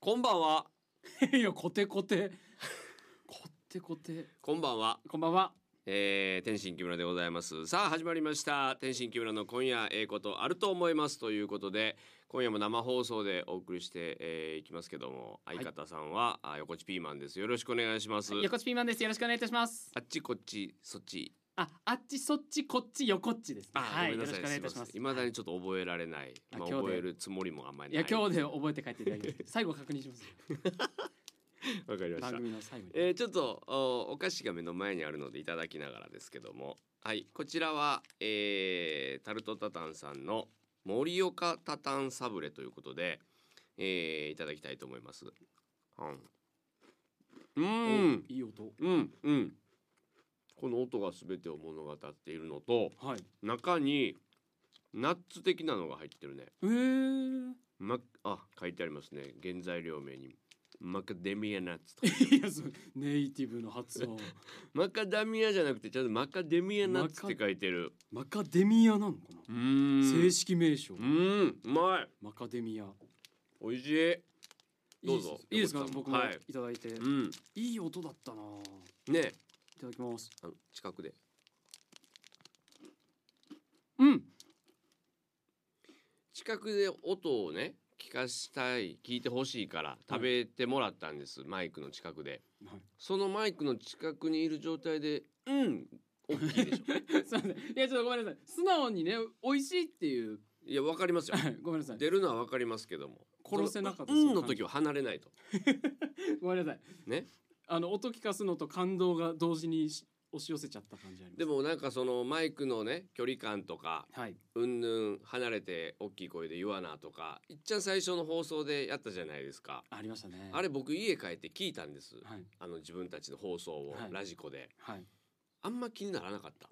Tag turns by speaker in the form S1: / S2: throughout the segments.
S1: こんばんは。
S2: いや、コテコテ。コテコテ。
S1: こんばんは。
S2: こんばんは。
S1: えー、天心木村でございます。さあ始まりました。天心木村の今夜ええことあると思いますということで、今夜も生放送でお送りして、えー、いきますけども、
S2: い
S1: 相方さんは、あ横地ピーマンです。よろしくお願いします。
S2: 横地ピーマンです。よろしくお願いいたします。
S1: あっちこっちそっち。
S2: あ、あっちそっちこっち横っちですね。
S1: あ、
S2: はい、
S1: ご
S2: よ
S1: めんな
S2: ろし
S1: さ
S2: く
S1: い。
S2: お願いい
S1: すい
S2: たし
S1: ま
S2: ます
S1: せん。。未だにちょっと覚えられない。
S2: あ
S1: まあ
S2: 今日で
S1: 覚えるつもりもあんまり
S2: い
S1: ない。
S2: や、今日で覚えて帰っていただきます。最後確認します。
S1: わかりまし
S2: 番
S1: た。
S2: 組の最後に。
S1: えー、ちょっとおお菓子が目の前にあるのでいただきながらですけどもはいこちらは、えー、タルトタタンさんの盛岡タタンサブレということで、えー、いただきたいと思います。うん、う
S2: お
S1: ん
S2: いい音。
S1: うんうんこの音が全てを物語っているのと
S2: はい。
S1: 中にナッツ的なのが入ってるね。
S2: えー。
S1: ま、あ書いてありますね原材料名にマカデミアナッツとか
S2: いや、そうネイティブの発音。
S1: マカダミアじゃなくてちゃんとマカデミアナッツって書いてる。
S2: マカデミアなのかな。
S1: うー
S2: 正
S1: ん。
S2: 式名称
S1: う。ーん、うまい。
S2: マカデミア。
S1: 美味しい。どうぞ
S2: いいですいい
S1: 横地さ
S2: ですか。
S1: ん
S2: 僕も
S1: はい
S2: いただいて。
S1: うん。
S2: いい音だったな。
S1: ね、
S2: いただきます。
S1: あの近くで。
S2: うん。
S1: 近くで音をね、聞かしたい、聞いてほしいから食べてもらったんです。マイクの近くで。
S2: はい
S1: そのマイクの近くにいる状態で、うん、大きい でしょ。
S2: すみません。いや、ちょっとごめんなさい。素直にね、美味しいっていう。
S1: いや、わかりますよ。
S2: ごめんなさい。
S1: 出るのはわかりますけども。
S2: 殺せなかっ
S1: そ
S2: た
S1: のうん
S2: その
S1: の
S2: 感じ
S1: 時は離れないと。
S2: ごめんなさい。
S1: ね。
S2: あの音聞かすのと感動が同時にし押し寄せちゃった感じあります。
S1: で。もなんかそのマイクのね、距離感とか。
S2: はい。
S1: うんぬん離れて大きい声で言わなとかいっちゃん最初の放送でやったじゃないですか、
S2: ありましたね。
S1: あれ。僕家帰って聞いたんです
S2: はい。
S1: あの自分たちの放送を
S2: はい
S1: ラジコで、
S2: はい。
S1: あんま気にならなかった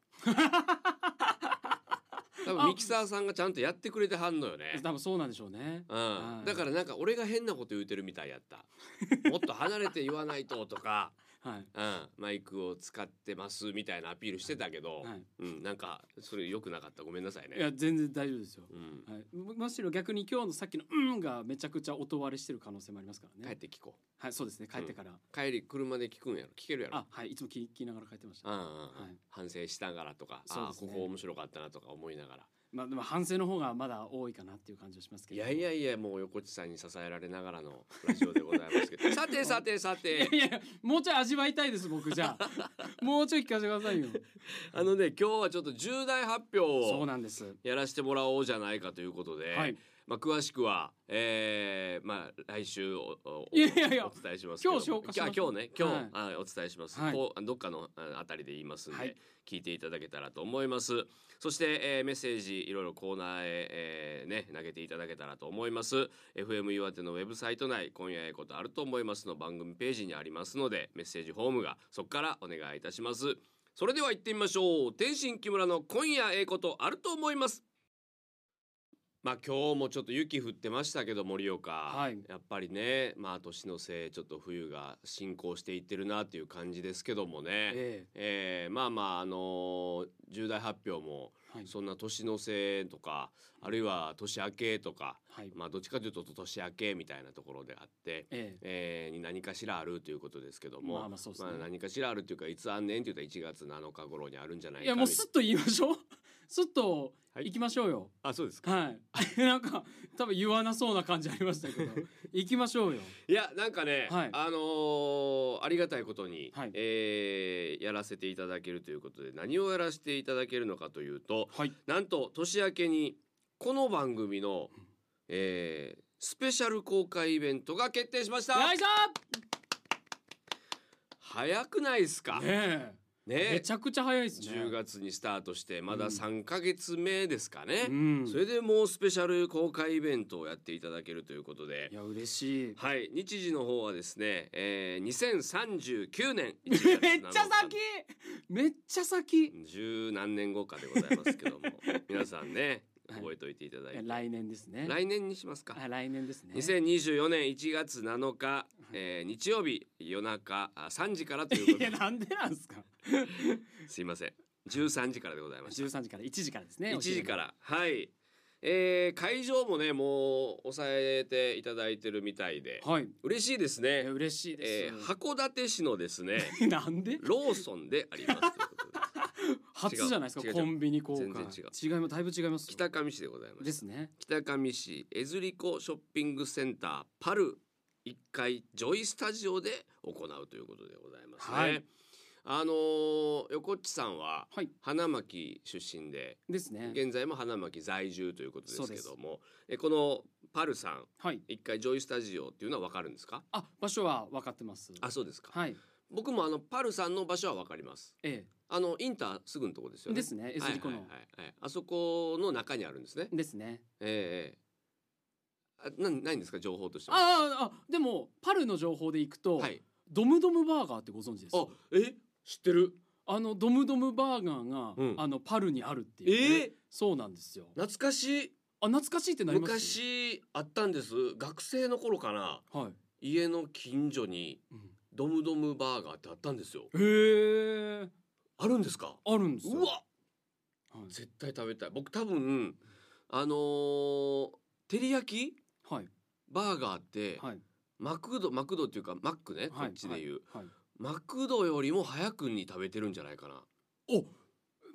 S1: 多分ミキサーさんがちゃんとやってくれてはんのよね
S2: 多分そうなんでしょうね。
S1: う
S2: は
S1: ん、
S2: い
S1: だからなんか俺が変なこと言うてるみたいやった もっと離れて言わないととか、
S2: はい。
S1: うん、マイクを使ってますみたいなアピールしてたけど、
S2: はい。
S1: うん、なんかそれ良くなかったごめんなさいね
S2: いや、全然大丈夫ですよ。
S1: うん、
S2: はい。むむしろ逆に今日のさっきのうんがめちゃくちゃ音割れしてる可能性もありますから
S1: 帰っ
S2: ね。
S1: て聞こう
S2: はい。そうですね。帰ってから。
S1: 帰り車で聞くんやろ聞けるやろ
S2: あ、はい。いつも聞聞きながら帰ってました。
S1: うんうんうん
S2: はい
S1: 反省しながらとか、
S2: そう
S1: あ
S2: で
S1: あ
S2: す
S1: こ
S2: ね
S1: こ面白かったなとか思いながら
S2: まあでも反省の方がまだ多いかなっていう感じはしますけ
S1: い
S2: ど。
S1: やいやいやもう横地さんに支えられながらのラジオでございますけ どさてさてさて
S2: いやいやもうちょい味わいたいです僕じ ゃあもうちょい聞かせてくださいよ
S1: あのね今日はちょっと重大発表
S2: そう
S1: を
S2: なんです
S1: やらせてもらおうじゃないかということで、
S2: はい
S1: まあ、詳しくは、えーまあ、来週おお
S2: いやいやいや
S1: お伝えしますけども
S2: 今日紹介しましょう
S1: あ今日ね今日、
S2: はい
S1: あお伝えします、
S2: はい
S1: こうどっかのああたりで言いますんで、
S2: はい
S1: 聞いていただけたらと思いますそして、えーメッセージいろいろコーナーへ、えーね、投げていただけたらと思います FM 岩手のウェブサイト内「今夜ええことあると思います」の番組ページにありますのでメッセージフォームがそこからお願いいたしますそれでは行ってみましょう天心木村の今夜ええことあると思いますまあ今日もちょっと雪降ってましたけど盛岡、
S2: はい
S1: やっぱりねまあ年のせいちょっと冬が進行していってるなっていう感じですけどもねえ
S2: え
S1: ーまあまああのー重大発表も
S2: えはい
S1: そんな年のせいとかあるいは年明けとか
S2: はい
S1: まあどっちかというと年明けみたいなところであって、
S2: え
S1: え
S2: え
S1: ーに何かしらあるということですけども、
S2: まあまあそうですね
S1: まあ何かしらあるというかいつあんねんって言ったら1月7日頃にあるんじゃないか
S2: いやもう
S1: みた
S2: すっと言いましょう すっと
S1: はい
S2: 行きましょうよ
S1: あそうですか
S2: はい、 なんか多分言わなそうな感じありました けど行きましょうよ
S1: いやなんかね、
S2: はい
S1: あのーありがたいことに、
S2: はい
S1: えーやらせていただけるということで何をやらせていただけるのかというと
S2: はい
S1: なんと年明けにこの番組の、えースペシャル公開イベントが決定しました
S2: よいし
S1: 早くないですか
S2: ょ
S1: ね
S2: ねえめちゃくちゃ早いですね
S1: 10月にスタートしてま
S2: う
S1: だ
S2: ん
S1: 3ヶ月目ですかね、
S2: うん
S1: それでもうスペシャル公開イベントをやっていただけるということで
S2: いや嬉しい
S1: はい日時の方はですね、えー、2039年
S2: めっちゃ先
S1: 先
S2: めっちゃ先
S1: 十何年後かでございますけ ども皆さんね
S2: はい
S1: 覚えておいていただいて、
S2: 来年ですね
S1: 来年にしますか、
S2: あ来年ですね
S1: 2024年1月7日、えー日曜日夜中あ3時からということ
S2: いや
S1: で
S2: なんでなんですか
S1: すいません13時からでございました
S2: 13時から1時からですね
S1: 1時からはいえー会場もねもう抑えていただいてるみたいで
S2: はい。
S1: 嬉しいです
S2: え
S1: ね
S2: ー、。嬉しい
S1: え
S2: です。
S1: ー函館市のですね
S2: なんで
S1: ローソンでありますという ことで
S2: 初じゃないです
S1: 違う違
S2: か
S1: う
S2: コンビニ交
S1: 全
S2: 換違いもだいぶ違いますよ
S1: 北上市でございます。
S2: ですね
S1: 北上市江釣子ショッピングセンターパル1階ジョイスタジオで行うということでございますね。
S2: はい
S1: あのー横っちさんは
S2: はい
S1: 花巻出身で
S2: ですね
S1: 現在も花巻在住ということですけ
S2: そ
S1: どもえこのパルさん
S2: はい
S1: 1階ジョイスタジオっていうのは分かるんですか
S2: あ場所は分かってます
S1: あそうですか、
S2: はい
S1: 僕もあのパルさんの場所は分かります
S2: え
S1: あのインターすぐのとこです
S2: え
S1: よね
S2: ですねエスリコの
S1: はいはいはいはいあそこの中にあるんですね
S2: ですね
S1: ええええあなないんですか情報としては
S2: あああでもパルの情報でいくと
S1: はい
S2: ドムドムバーガーってご存知です
S1: あえ知ってる
S2: あのドムドムバーガーが、
S1: うん
S2: あのパルにあるっていうね、
S1: ええ
S2: そうなんですよあ
S1: 懐かしい
S2: 懐かしいってなります
S1: 昔あったんです学生の頃かな
S2: はい、
S1: 家の近所に
S2: うん
S1: ドムドムバーガーってあったんですよ
S2: へえ
S1: あるんですか
S2: あるんですよ
S1: うわ
S2: はい
S1: 絶対食べたい僕多分あのー照り焼き
S2: はい
S1: バーガーって、
S2: はい
S1: マクドマクドっていうかマックね、
S2: は
S1: こ
S2: い
S1: っちで言う、
S2: はい
S1: マクドよりも早くに食べてるんじゃないかな
S2: お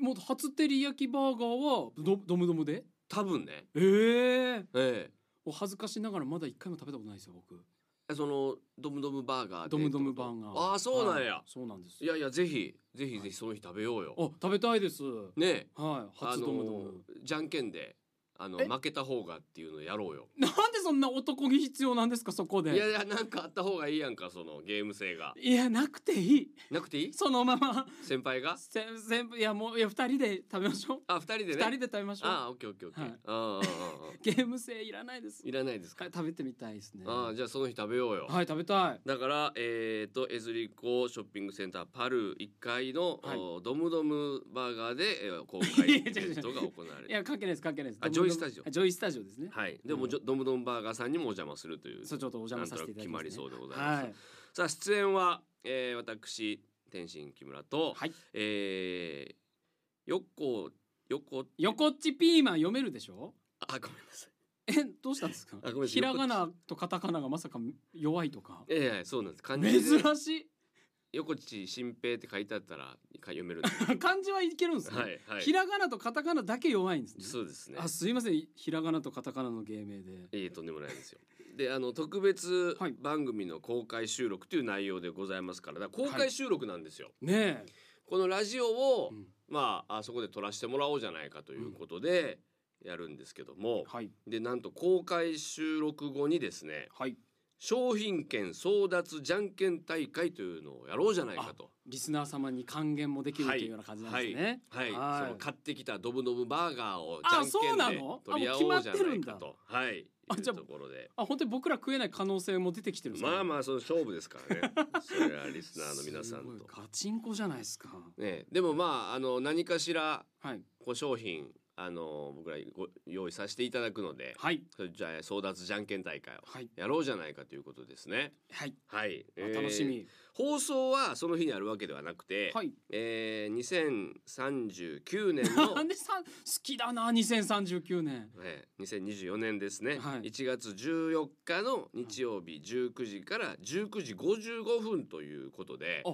S2: もう初照り焼きバーガーはドドムドムで
S1: 多分ね
S2: ええ
S1: え
S2: お恥ずかしながらまだ一回も食べたことないですよ僕
S1: えそのドムドムバーガーで
S2: ドムドムバーガー
S1: ああそうなんや、
S2: はいそうなんです
S1: い、やいやぜひぜひ
S2: は
S1: ぜ
S2: い
S1: ひその日食べようよ、
S2: あ食べたいです
S1: ねえ
S2: はい
S1: あ
S2: 初
S1: の
S2: ドムドム、
S1: ーじゃんけんであの
S2: え
S1: 負けた方がっていうのやろうよ、
S2: なんでそんな男気必要なんですかそこで
S1: いやいやなんかあった方がいいやんかそのゲーム性が
S2: いやなくていい
S1: なくて いい
S2: そのまま
S1: 先輩が
S2: せ全部いやもういや二人で食べましょう
S1: あ二人でね
S2: 二人で食べましょ
S1: あ
S2: う
S1: あオッケーオッケーオッケー、
S2: はい
S1: ああああああ
S2: ゲーム性いらないです
S1: いらないですか
S2: はい食べてみたいですね
S1: ああじゃあその日食べようよ、
S2: はい食べたい
S1: だからえっ、とエズリコショッピングセンターパル1階の、
S2: はい
S1: おドムドムバーガーで、えー、公
S2: い
S1: 開
S2: や
S1: イベントが行われ
S2: い
S1: る
S2: や関係ないです関係ないです
S1: あジョイスタジオ
S2: あジョイスタジオですね
S1: はいでも、じょドムドムバーガーさんにもお邪魔するという
S2: そうちょっとお邪魔させていただきます、ね、
S1: なんとなく決まりそうでございます
S2: はい
S1: さあ出演は、えー、私天心木村と、
S2: はい
S1: えー、横横
S2: 横っちピーマン読めるでしょ
S1: あごめんなさい
S2: えどうしたんですか
S1: あごめんなさい
S2: ひらがなとカタカナがまさか弱いとか
S1: ええそうなんです漢字で
S2: 珍しい
S1: 横地新平って書いてあったらか読 めるんです
S2: 漢字はいけるんですね、
S1: はいはい
S2: ひらがなとカタカナだけ弱いんですね
S1: そうですね
S2: あすいませんひらがなとカタカナの芸名で
S1: ええとんでもないですよであの特別
S2: はい
S1: 番組の公開収録という内容でございますからだから公開収録なんですよ、
S2: ねえ、
S1: このラジオを、
S2: うん
S1: まああそこで撮らせてもらおうじゃないかということで、やるんですけども、
S2: はい
S1: でなんと公開収録後にですね、
S2: はい
S1: 商品券争奪じゃんけん大会というのをやろうじゃないかと。
S2: リスナー様に還元もできるというような感じなんですね
S1: はい、
S2: はい
S1: その買ってきたドブドブバーガーを
S2: あ
S1: じゃん
S2: そうな
S1: けんで
S2: の
S1: 取り合おうじゃないかと。はい。
S2: あ
S1: いう
S2: じゃあ
S1: ところで。
S2: あ本当に僕ら食えない可能性も出てきてるんです
S1: まあ
S2: あ
S1: まあその勝負ですから ね。それはリスナーの皆さんと。
S2: ガチンコじゃないですか
S1: ね、でもまああの何かしら
S2: はい
S1: こう商品あの僕らご用意させていただくので、
S2: はい
S1: それじゃあ争奪じゃんけん大会を
S2: はい
S1: やろうじゃないかということですね。
S2: はい、
S1: はい。
S2: あ楽し
S1: えー
S2: み、
S1: 放送はその日にあるわけではなくて、
S2: はい
S1: えー、2039年 の
S2: なんでさ好きだな2039年
S1: えー2024年ですね、
S2: はい
S1: 1月14日の日曜日19時から19時55分ということで
S2: あ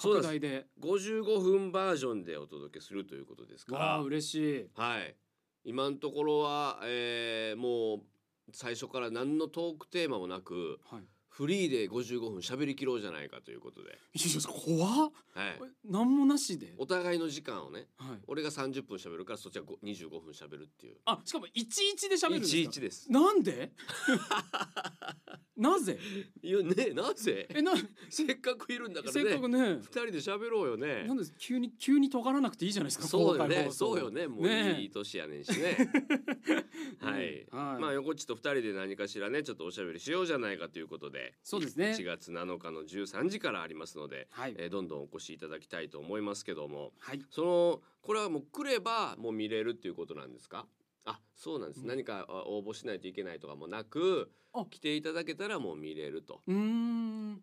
S1: そう
S2: 拡
S1: なんで
S2: 大です
S1: 55分バージョンでお届けするということですか
S2: わあ
S1: ら、
S2: 嬉しい
S1: はい、今のところは、えーもう最初から何のトークテーマもなく
S2: はい
S1: フリーで55分喋りきろうじゃないかということで、
S2: いやいや怖っ
S1: はい、
S2: 何もなしで、
S1: お互いの時間をね
S2: はい、
S1: 俺が30分喋るからそっちはご25分喋るっていう。
S2: あしかも11で喋る
S1: い
S2: んですか
S1: ちいちです。
S2: なん でなぜ
S1: いやねなぜ
S2: えな
S1: せっかくいるんだから
S2: せっかく
S1: ね。
S2: ね
S1: 二人で喋ろうよね
S2: なん。で急に急に尖らなくていいじゃないですか
S1: そうよ
S2: 公開
S1: ね
S2: 放送
S1: そうよねもう
S2: ねえ
S1: いい年やねんし ね。はい。
S2: はい
S1: まあ横っちと二人で何かしらねちょっとおしゃべりしようじゃないかということで。
S2: そうですね
S1: 1月7日の13時からありますので、
S2: はい
S1: えーどんどんお越しいただきたいと思いますけども、
S2: はい
S1: そのこれはもう来ればもう見れるっていうことなんですか？あ、そうなんです。
S2: うん
S1: 何かあ応募しないといけないとかもなく
S2: あ、
S1: 来ていただけたらもう見れると。
S2: うーん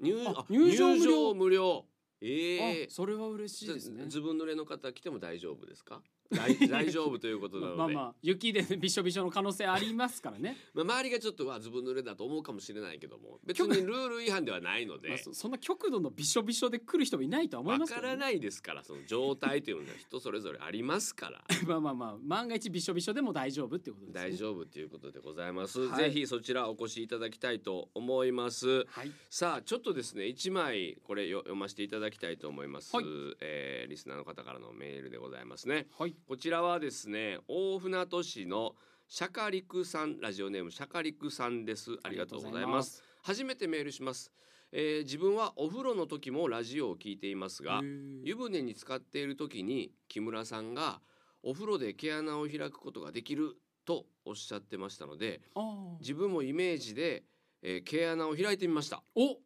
S1: 入
S2: あ
S1: あ
S2: 入場無料
S1: 入場無料。
S2: あ
S1: ええ
S2: それは嬉し
S1: じ
S2: い
S1: ゃ
S2: ですね
S1: ずぶ濡れの方来ても大丈夫ですか？大大丈夫ということなので、
S2: まあまあ雪でびしょびしょの可能性ありますからね。
S1: まあ周りがちょっとはずぶ濡れだと思うかもしれないけども別にルール違反ではないので、
S2: まあそそんな極度のびしょびしょで来る人もいないとは思い
S1: わ
S2: ますけ
S1: か
S2: ど、ね。
S1: らないですからその状態というのは人それぞれありますから
S2: まあまあまあ万が一びしょびしょでも大丈夫ってことです、ね。
S1: 大丈夫ということでございます、
S2: はい
S1: ぜひそちらお越しいただきたいと思います
S2: はい。
S1: さあちょっとですね1枚これよ読ませていただきたいと思います、
S2: はい
S1: えーリスナーの方からのメールでございますね
S2: はい。
S1: こちらはですね大船渡市のシャカリクさんラジオネームシャカリクさんですありがとうございます
S2: す。
S1: 初めてメールします、えー自分はお風呂の時もラジオを聞いていますが
S2: へー
S1: 湯船に浸かっている時に木村さんがお風呂で毛穴を開くことができるとおっしゃってましたので
S2: ああ
S1: 自分もイメージで、えー毛穴を開いてみました
S2: お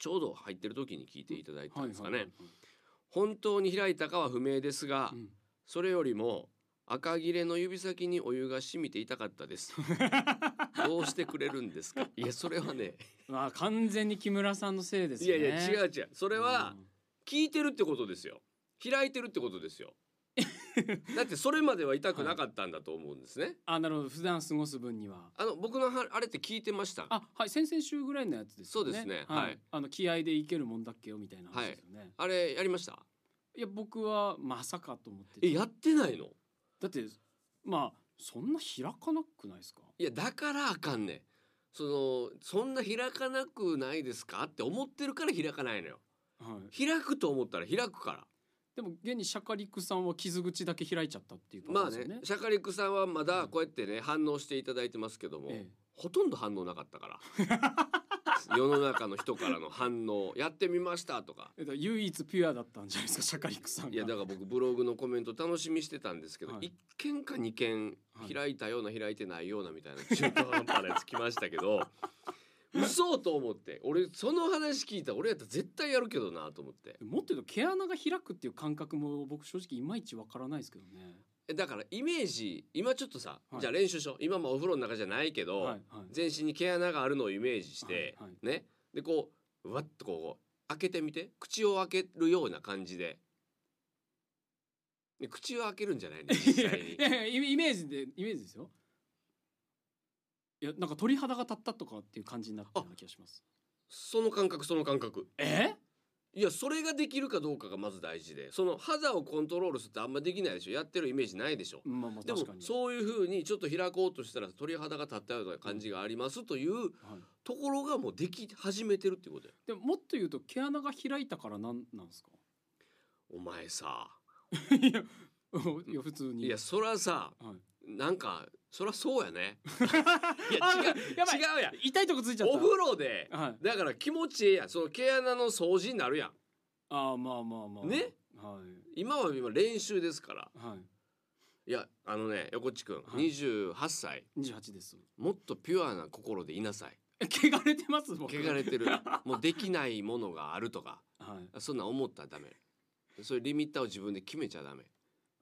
S1: ちょうど入ってる時に聞いていただいたんですかね、
S2: はいはい
S1: 本当に開いたかは不明ですが、
S2: はいうん
S1: それよりも赤切れの指先にお湯が染みていたかった ですどうしてくれるんですかいやそれはね
S2: まあ完全に木村さんのせいです
S1: い
S2: よ
S1: や
S2: ね。
S1: いや違う
S2: う。
S1: 違うそれは、聞いてるってことですよ開いてるってこと ですよだってそれまでは痛くなかったんだと思うんですね、
S2: あなるほど普段過ごす分には。
S1: あの僕のはあれって聞いてましたあ
S2: あはい先々週ぐらいのやつです
S1: そ
S2: よね。
S1: うですね
S2: はい。
S1: はい
S2: あの気合でいけるもんだっけよみたいな話ですよね。
S1: れやりました
S2: い、や僕はまさかと思ってて
S1: えやってないの
S2: だってまあそんな開かなくないですか。
S1: いやだからあかんねんそのそんな開かなくないですかって思ってるから開かないのよ
S2: はい。
S1: 開くと思ったら開くから
S2: でも現にシャカリクさんは傷口だけ開いちゃったっていうこ
S1: ま
S2: と
S1: あ
S2: ですよね。
S1: ねシャカリクさんはまだこうやってね反応していただいてますけども、
S2: え
S1: ほとんど反応なかったから 世の中の人からの反応やってみましたとか
S2: え、だから唯一ピュアだったんじゃないですかシャカリクさんが。
S1: いやだから僕ブログのコメント楽しみしてたんですけど、
S2: はい
S1: 1件か2件
S2: はい
S1: 開いたような開いてないようなみたいな中途半端なやつ来ましたけ ど嘘と思って俺その話聞いたら俺やったら絶対やるけどなと思って
S2: もっと言うと毛穴が開くっていう感覚も僕正直いまいちわからないですけどね。
S1: えだからイメージ今ちょっとさ、
S2: はい
S1: じゃあ練習しよう今もお風呂の中じゃないけど、
S2: はいはい。
S1: 全身に毛穴があるのをイメージして、
S2: はいはい
S1: ねでこううわっとこう開けてみて口を開けるような感じで。で口を開けるんじゃない の
S2: い
S1: 実
S2: や
S1: 際に
S2: いやいやイメージでイメージですよ。いやなんか鳥肌が立ったとかっていう感じになったような気がします。
S1: その感覚その感覚
S2: え？
S1: いやそれができるかどうかがまず大事でその肌をコントロールするってあんまできないでしょやってるイメージないでしょ
S2: まあまあ
S1: でも
S2: 確かに。
S1: そういうふうにちょっと開こうとしたら鳥肌が立ったような感じがありますという
S2: はい。
S1: ところがもうでき始めてるってことよ
S2: でももっと言うと毛穴が開いたからなんなんですか。
S1: お前さ
S2: いやいや普通に。
S1: いやそらさ
S2: はい。
S1: なんかそらそうや ねい
S2: あ
S1: や違う
S2: やばい
S1: 違うやん
S2: 痛いとこついちゃった。
S1: お風呂で
S2: はい。
S1: だから気持ちええやんその毛穴の掃除になるやん
S2: ああまあまあまあ。
S1: ね。
S2: は
S1: 今は今練習ですから
S2: いはい。
S1: いやあのね横地君
S2: はい
S1: 28歳
S2: 二十八です。
S1: もっとピュアな心でいなさい
S2: え汚れてます僕。
S1: 汚れ てるもうできないものがあるとか
S2: はい。
S1: そんなん思ったらダメそういうリミッターを自分で決めちゃダメ、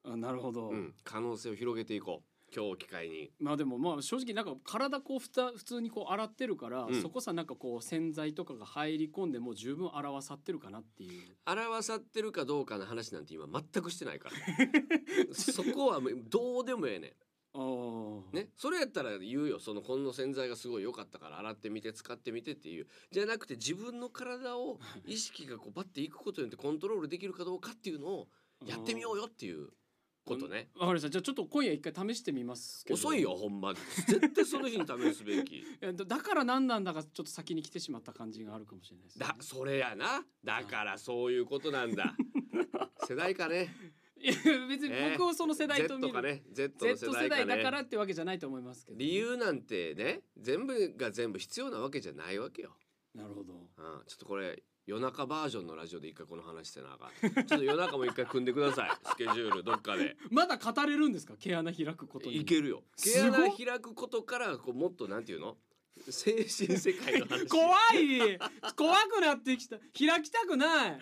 S2: あなるほど、
S1: うん、可能性を広げていこう今日を機会に
S2: まあでもまあ正直なんか体こうふた普通にこう洗ってるから、
S1: うん
S2: そこさなんかこう洗剤とかが入り込んでもう十分洗わさってるかなっていう
S1: 表さってるかどうかの話なんて今全くしてないから そこはもうどうでもええね
S2: ああ、
S1: ん、 ね、それやったら言うよそのこの洗剤がすごい良かったから洗ってみて使ってみてっていうじゃなくて自分の体を意識がこうバッていくことによってコントロールできるかどうかっていうのをやってみよう
S2: よ
S1: よっていうことね
S2: わかりましたじゃあちょっと今夜一回試してみますけど
S1: 遅いよほんま絶対その日に試すべき
S2: えだだから何なんだかちょっと先に来てしまった感じがあるかもしれないです、ね、
S1: だそれやなだからそういうことなんだ 世代かね
S2: いや別に僕をその世代と見
S1: Z か
S2: る、
S1: ね Z の
S2: Z
S1: 世
S2: 世
S1: 代かね
S2: 代だからってわけじゃないと思いますけど、
S1: 理由なんてね全部が全部必要なわけじゃないわけよ、
S2: なるほ
S1: うん、
S2: ど
S1: ちょっとこれ夜中バージョンのラジオで一回この話してなあかんちょっと夜中も一回組んでくだ さいスケジュールどっかで
S2: まだ語れるんですか毛穴開くことに
S1: いけるよ毛
S2: す
S1: 穴
S2: ご
S1: 開
S2: っ
S1: くことからこうもっとなんていうの精神世界の話
S2: 怖い怖くなってきた開きたくない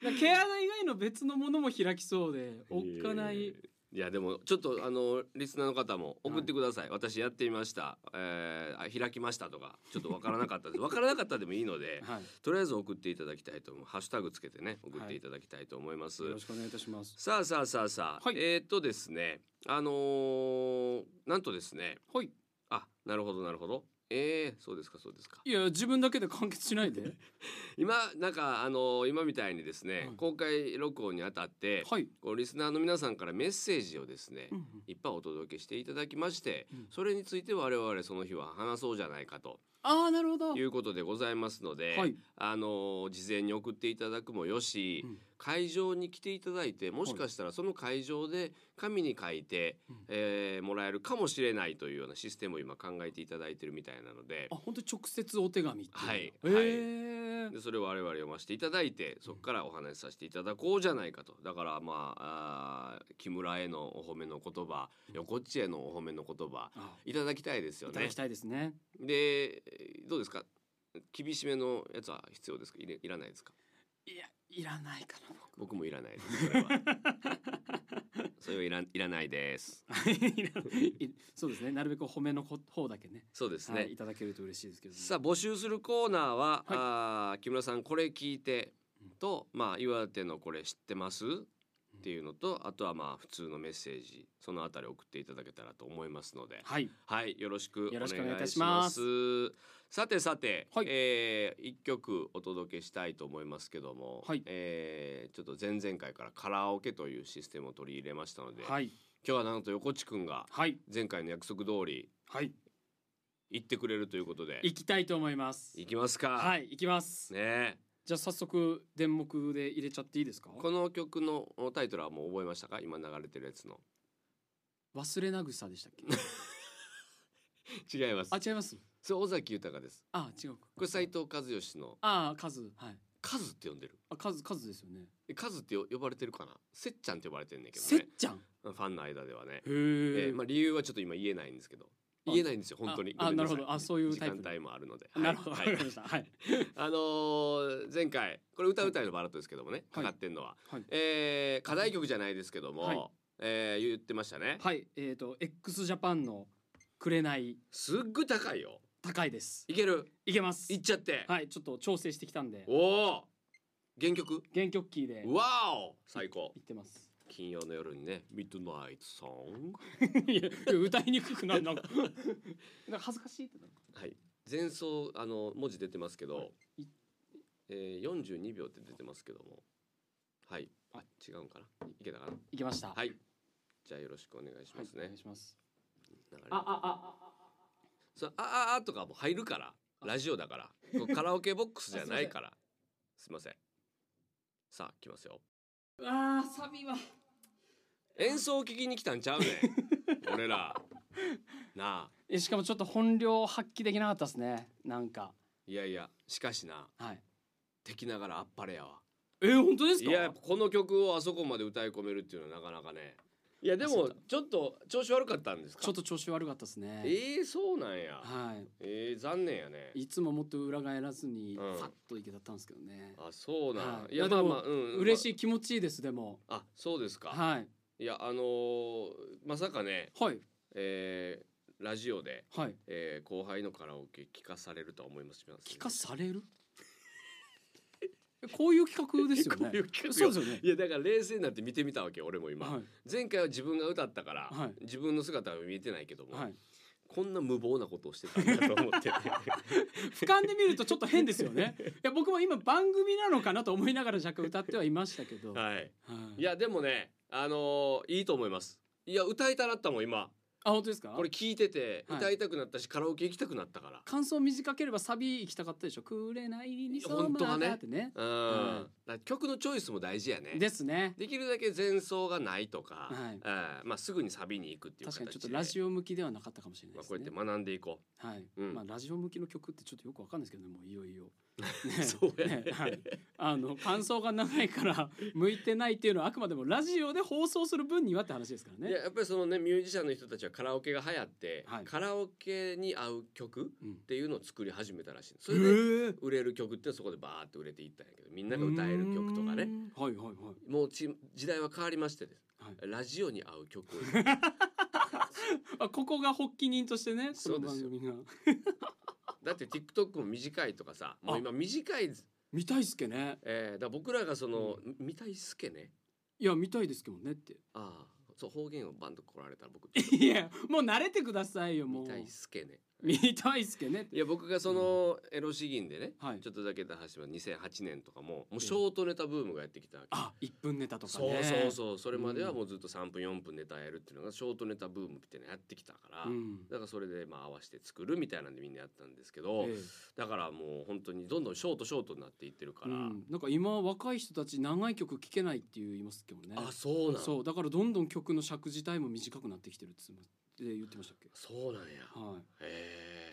S2: 毛穴以外の別のものも開きそうでおっかない、
S1: えーいやでもちょっとあのリスナーの方も送ってください、私やってみました、えーあ開きましたとかちょっとわからなかったですわからなかったでもいいので
S2: はい、
S1: とりあえず送っていただきたいと思うハッシュタグつけてね送っていただきたいと思います、
S2: よろしくお願いいたします。
S1: さあさあさあさあ、
S2: はい
S1: えーっとですねあのーなんとですね
S2: はい。
S1: あなるほどなるほどえー、そうですかそうですか
S2: いや自分だけで完結しないで。
S1: 今なんかあのー今みたいにですね、
S2: はい
S1: 公開録音にあたって、
S2: はい。
S1: こうリスナーの皆さんからメッセージをですね、
S2: うん
S1: いっぱいお届けしていただきまして、
S2: うん
S1: それについて我々その日は話そうじゃないかと。
S2: ああなるほど。はい
S1: うことでございますので、
S2: はい
S1: あのー事前に送っていただくもよし、
S2: うん
S1: 会場に来ていただいてもしかしたらその会場で紙に書いて、
S2: うん
S1: えーもらえるかもしれないというようなシステムを今考えていただいてるみたいなので
S2: あ本当に直接お手紙ってうの
S1: はい
S2: ええ
S1: でそれを我々読ませていただいてそこからお話しさせていただこうじゃないかとだからまああー木村へのお褒めの言葉横っちへのお褒めの言葉
S2: あ
S1: いただきたいですよ
S2: いただ
S1: ね
S2: き。たいですね。
S1: でどうですか厳しめのやつは必要ですかいれいらないですか
S2: いやいらないかな僕。
S1: 僕もいらないですそれはそれはいらいらないです
S2: いらないいそうですね。なるべく褒めのこ方だけね。
S1: そうですね、
S2: はい、いただけると嬉しいですけど、ね。
S1: さあ募集するコーナーは、
S2: はい
S1: あー木村さんこれ聞いてと、まあ、岩手のこれ知ってますっていうのとあとはまあ普通のメッセージそのあたり送っていただけたらと思いますので
S2: はい。
S1: はいよろしくお願
S2: よろ
S1: い
S2: しくお願いいた
S1: し
S2: し
S1: ま
S2: ますす
S1: さてさて、
S2: はい
S1: えー一曲お届けしたいと思いますけども、
S2: はい
S1: えーちょっと前々回からカラオケというシステムを取り入れましたので、
S2: はい。
S1: 今日はなんと横地くんが
S2: はい。
S1: 前回の約束通り
S2: はい。
S1: 行ってくれるということで
S2: 行きたいと思います。
S1: 行きますか、
S2: はい。行きます。
S1: ねえ
S2: じゃあ早速電目で入れちゃっていいですか。
S1: この曲のタイトルはもう覚えましたか今流れてるやつの
S2: 忘れなぐさでしたっ け。
S1: 違います
S2: あ違います。
S1: それ尾崎豊です
S2: あ違うか。
S1: これ斎藤和義の
S2: ああ数はい。
S1: カズって呼んでる
S2: あ数数ですよね。
S1: えカズってよ呼ばれてるかなせっちゃんって呼ばれてんだけど
S2: せっ
S1: ね
S2: ちゃん。へ
S1: ファンの間ではね、
S2: え
S1: えーまあ理由はちょっと今言えないんですけど
S2: あ
S1: 言えないんですよ本当に
S2: ああ
S1: ごめんさ
S2: なるほどあそういうタイプ
S1: 時間帯もあるので
S2: なるほど、わ
S1: は
S2: か
S1: いはい
S2: りました。はい。
S1: あのー前回これ歌うたいのバラットですけどもねかかってんのは、
S2: はい。
S1: えー課題曲じゃないですけども、
S2: はい
S1: えー言ってましたね、
S2: はい、えっ、ー、と、X ジャパンの紅
S1: すっごい高いよ
S2: 高いです。
S1: いける
S2: いけます
S1: いっ。ちゃって、
S2: はい、ちょっと調整してきたんで、
S1: おお原曲
S2: 原曲キーで。
S1: わお最高
S2: いってます。
S1: 金曜の夜にねミッドナイトソング
S2: いや、歌いにくくなる、なんか。なんか恥ずかしいってなる。
S1: はい前奏あの文字出てますけど、
S2: い
S1: えー、42秒って出てますけどもはいあ違うんかないいけたかない
S2: けました。
S1: はいじゃあよろしくお願いします
S2: お
S1: ね
S2: 願い、します。
S1: 流れ
S2: あ、あ、あ、あ、
S1: そうあああとかもう入るからラジオだからこうカラオケボックスじゃない からすいませんさあ来ますよ
S2: あ、あー、サビは。
S1: 演奏を聞きに来たんちゃうねん俺らなあ
S2: え、しかもちょっと本領発揮できなかったですね。なんか。
S1: いやいやしかしな
S2: はい。
S1: 敵ながらあっぱれやわ
S2: えー、本当です
S1: い
S2: か。
S1: ややっぱこの曲をあそこまで歌い込めるっていうのはなかなかねいやで
S2: そ
S1: も
S2: うだ
S1: ちょっと調子悪かったんですか
S2: ちょっと調子悪かったですね。
S1: ええそうなんや
S2: は
S1: ええ残念やね
S2: い。いつももっと裏返らずに、
S1: うん
S2: さっといけたったんですけどね。
S1: あそうなん、、
S2: はいい
S1: や
S2: いや
S1: まあ
S2: でも
S1: まあうん
S2: 嬉し
S1: い
S2: い気持ちいいですでも
S1: あそうですか、
S2: はい
S1: い、やあのーまさかね
S2: はい
S1: えーラジオで、
S2: はい
S1: えー後輩のカラオケ聞かされるとは思います
S2: 聞かさ れるこういう企画ですよ
S1: こうい
S2: ね
S1: う企画よ
S2: そうですよね
S1: いやだから冷静になって見てみたわけ俺も今、
S2: は
S1: 前回は自分が歌ったから、
S2: はい
S1: 自分の姿は見えてないけども、
S2: い、はい、
S1: こんな無謀なことをしてたんだと思 ってて
S2: 俯瞰で見るとちょっと変ですよねいや僕も今番組なのかなと思いながら若干歌ってはいましたけど、は
S1: はい
S2: い、
S1: いやでもねあのーいいと思いますいや歌いたなったもん今
S2: あ本当ですか
S1: これ聞いてて
S2: はい
S1: 歌いたくなったし、カラオケ行きたくなったから
S2: 感想短ければサビ行きたかったでしょ「くれないにそう
S1: 本当は
S2: ま
S1: ね
S2: だ」ってね
S1: うん、
S2: はい
S1: だから曲のチョイスも大事やねで
S2: ですね
S1: きるだけ前奏がないとか、
S2: はい
S1: うんまあ、すぐにサビに行くっていう
S2: 確
S1: 形
S2: か
S1: で
S2: にちょっとラジオ向きではなかったかもしれない
S1: まあ、
S2: で
S1: こう
S2: す
S1: やって
S2: ね、
S1: 学んでいこ
S2: はい、
S1: うん
S2: まあラジオ向きの曲ってちょっとよくわかんないですけどねもういよいよ
S1: う、
S2: ね
S1: そうやね
S2: ね はいあの感想が長いから向いてないっていうのはあくまでもラジオで放送する分にはって話ですから
S1: いや
S2: ね。
S1: やっぱりそのねミュージシャンの人たちはカラオケが流行って、
S2: はい
S1: カラオケに合う曲
S2: うん
S1: っていうのを作り始めたらしいのそ
S2: え
S1: れで
S2: ー
S1: 売れる曲ってそこでバーって売れていったんやけどみんなが歌える曲とかね。
S2: うーんはいはいはい
S1: もうち時代は変わりましてです、
S2: はい
S1: ラジオに合う 曲を
S2: あここが発起人としてねこ
S1: そ
S2: の
S1: うです
S2: 番
S1: よ
S2: 組が
S1: だって TikTok も短いとかさもう今短い、
S2: 見たいっすけね
S1: えー、だから僕らがその、見たいっすけね
S2: いや見たいですけどねって
S1: ああそう方言をバンと来られたら僕
S2: いや もう慣れてくださいよもう
S1: 見たいっすけね
S2: 見たいっすけねって
S1: いや僕がそのエロ詩吟でね、
S2: はい
S1: ちょっとだけ出しても2008年とかももうショートネタブームがやってきたわけ、
S2: あ一分ネタとか
S1: そう
S2: ね
S1: そうそうそれまではもうずっと3分4分ネタやるっていうのがショートネタブームっていうのやってきたから、
S2: うん
S1: だからそれでまあ合わせて作るみたいなんでみんなやったんですけど、
S2: ええ
S1: だからもう本当にどんどんショートショートになっていってるか
S2: う
S1: ら、
S2: ん、なんか今若い人たち長い曲聴けないって言いますけどね
S1: あそうなんそう
S2: そうだからどんどん曲の尺自体も短くなってきてるっつって言ってましたっけ
S1: なんや
S2: はい
S1: へ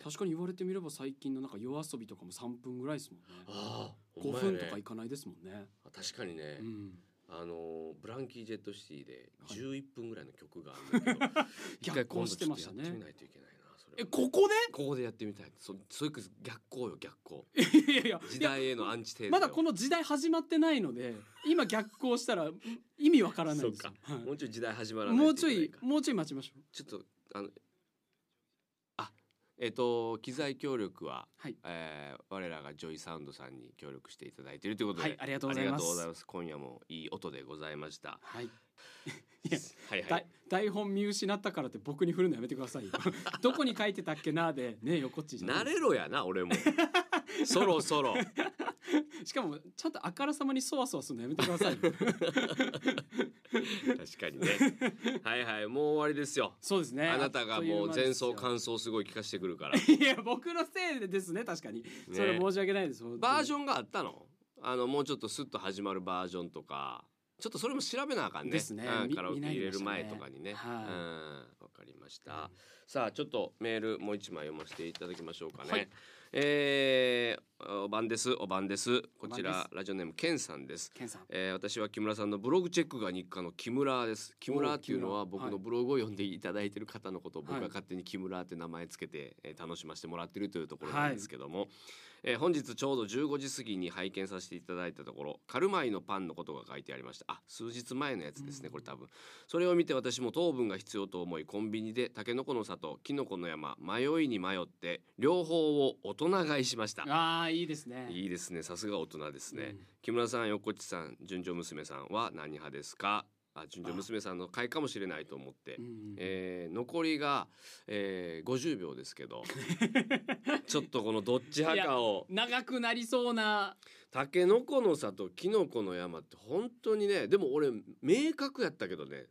S1: え
S2: 確かに言われてみれば最近のなんか夜遊びとかも3分ぐらいですもんね
S1: ああ
S2: 5分とかい
S1: ね、
S2: かないですもんね
S1: 確かにね、
S2: うん
S1: あのーブランキー・ジェット・シティで
S2: はい
S1: 11分ぐらいの曲があるんだけど、一回
S2: 逆
S1: 今
S2: 行
S1: 度
S2: し
S1: ち
S2: て
S1: ょっ
S2: ま
S1: と
S2: し
S1: や
S2: た
S1: っ
S2: ね
S1: てみないといけないなそれ
S2: え
S1: は
S2: ここ
S1: ここでやってみたいそそういう逆行よ逆行
S2: でいやいや
S1: 時
S2: いや
S1: 代へのアンチテーゼよ
S2: まだこの時代始まってないので今逆行したら意味わからないですよ、はい
S1: もうちょい時代始まらない
S2: もう
S1: と
S2: ちょ
S1: けないか
S2: もうちょい待ちましょう
S1: ちょっとあのあえっ、と機材協力は、
S2: はい
S1: えー我らがジョイサウンドさんに協力していただいているということで、
S2: はいありがとうございます
S1: ありがとうございます今夜もいい音でございました
S2: はいいや
S1: はいは
S2: だ
S1: い
S2: 台本見失ったからって僕に振るのやめてくださ いよどこに書いてたっけなでねえよこっちじゃな
S1: 慣
S2: い
S1: れろやな 俺もそろそろ
S2: しかもちゃんとあからさまにそわそわするのやめてくだ さいよ
S1: 確かにねはいはいもう終わりですよ
S2: そうですね
S1: あなたがもう前奏
S2: 奏
S1: 感想すごい聞かせてくるから
S2: いや僕のせいでですね確かに、 それ申し訳ないです
S1: バージ
S2: ョ
S1: ョンがあったのあのもうちょっとスッと始まるバージョンとかちょっとそれも調べなあかんね
S2: ですね
S1: うん
S2: み
S1: カラオケ
S2: 見ない
S1: 入
S2: で
S1: れ
S2: ま
S1: る
S2: したね
S1: 前とかにね
S2: はい
S1: うんわかりましたさあちょっとメールもう一枚読ませていただきましょうかね、
S2: はい
S1: えーおばんですおばんですこち
S2: おばん
S1: ら
S2: で
S1: ラジオネームけんさんです
S2: ケンさん
S1: えー私は木村さんのブログチェックが日課の木村です木村っていうのは
S2: 木村
S1: 僕のブログを読んでいただいてる方のことを僕が
S2: はい
S1: 勝手に木村って名前つけて、えー楽しませてもらってるというところなんですけども、えー本日ちょうど15時過ぎに拝見させていただいたところカルマイのパンのことが書いてありましたあ数日前のやつですね、
S2: うん
S1: これ多分それを見て私も糖分が必要と思いコンビニでタケノコの里キノコの山迷いに迷って両方を大人買いしました
S2: ああいいですね
S1: いいですねさすが大人ですね、
S2: うん
S1: 木村さん横地さん純情娘さんは何派ですかあ純情娘さんの回かもしれないと思って、
S2: うん
S1: えー残りが、えー、50秒ですけ どちょっとこのどっち派かを
S2: 長くなりそうな
S1: たけのこの里きのこの山って本当にねでも俺明確やったけどね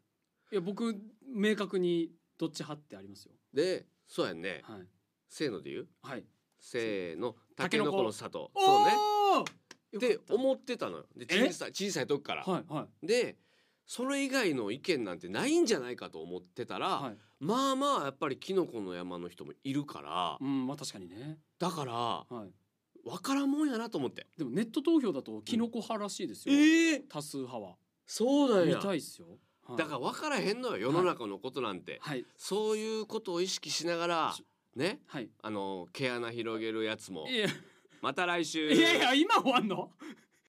S2: いや僕明確にどっち派ってありますよ
S1: でそうやんね、
S2: はい
S1: せーので言う
S2: はい
S1: せーのた
S2: た
S1: け
S2: け
S1: の
S2: のこ
S1: この里そうね
S2: おお
S1: って
S2: う
S1: 思ってたのよで
S2: え
S1: 小さい小さい時から、
S2: はいはい
S1: でそれ以外の意見なんてないんじゃないかと思ってたら、
S2: はい
S1: まあまあやっぱりキノコの山の人もいるから
S2: うんまあ確かにね
S1: だから
S2: はい
S1: 分からんもんやなと思って
S2: でもネット投票だとキノコ派らしいですよ、
S1: ええ
S2: 多数派は
S1: そうなん
S2: 見
S1: や
S2: たいっすよ、はい
S1: だから分からへんのよ世の中のことなんて、
S2: はい
S1: そういうことを意識しながら
S2: し
S1: ね
S2: はい
S1: あの毛穴広げるやつも
S2: いや
S1: また来週
S2: いやいや今終わんの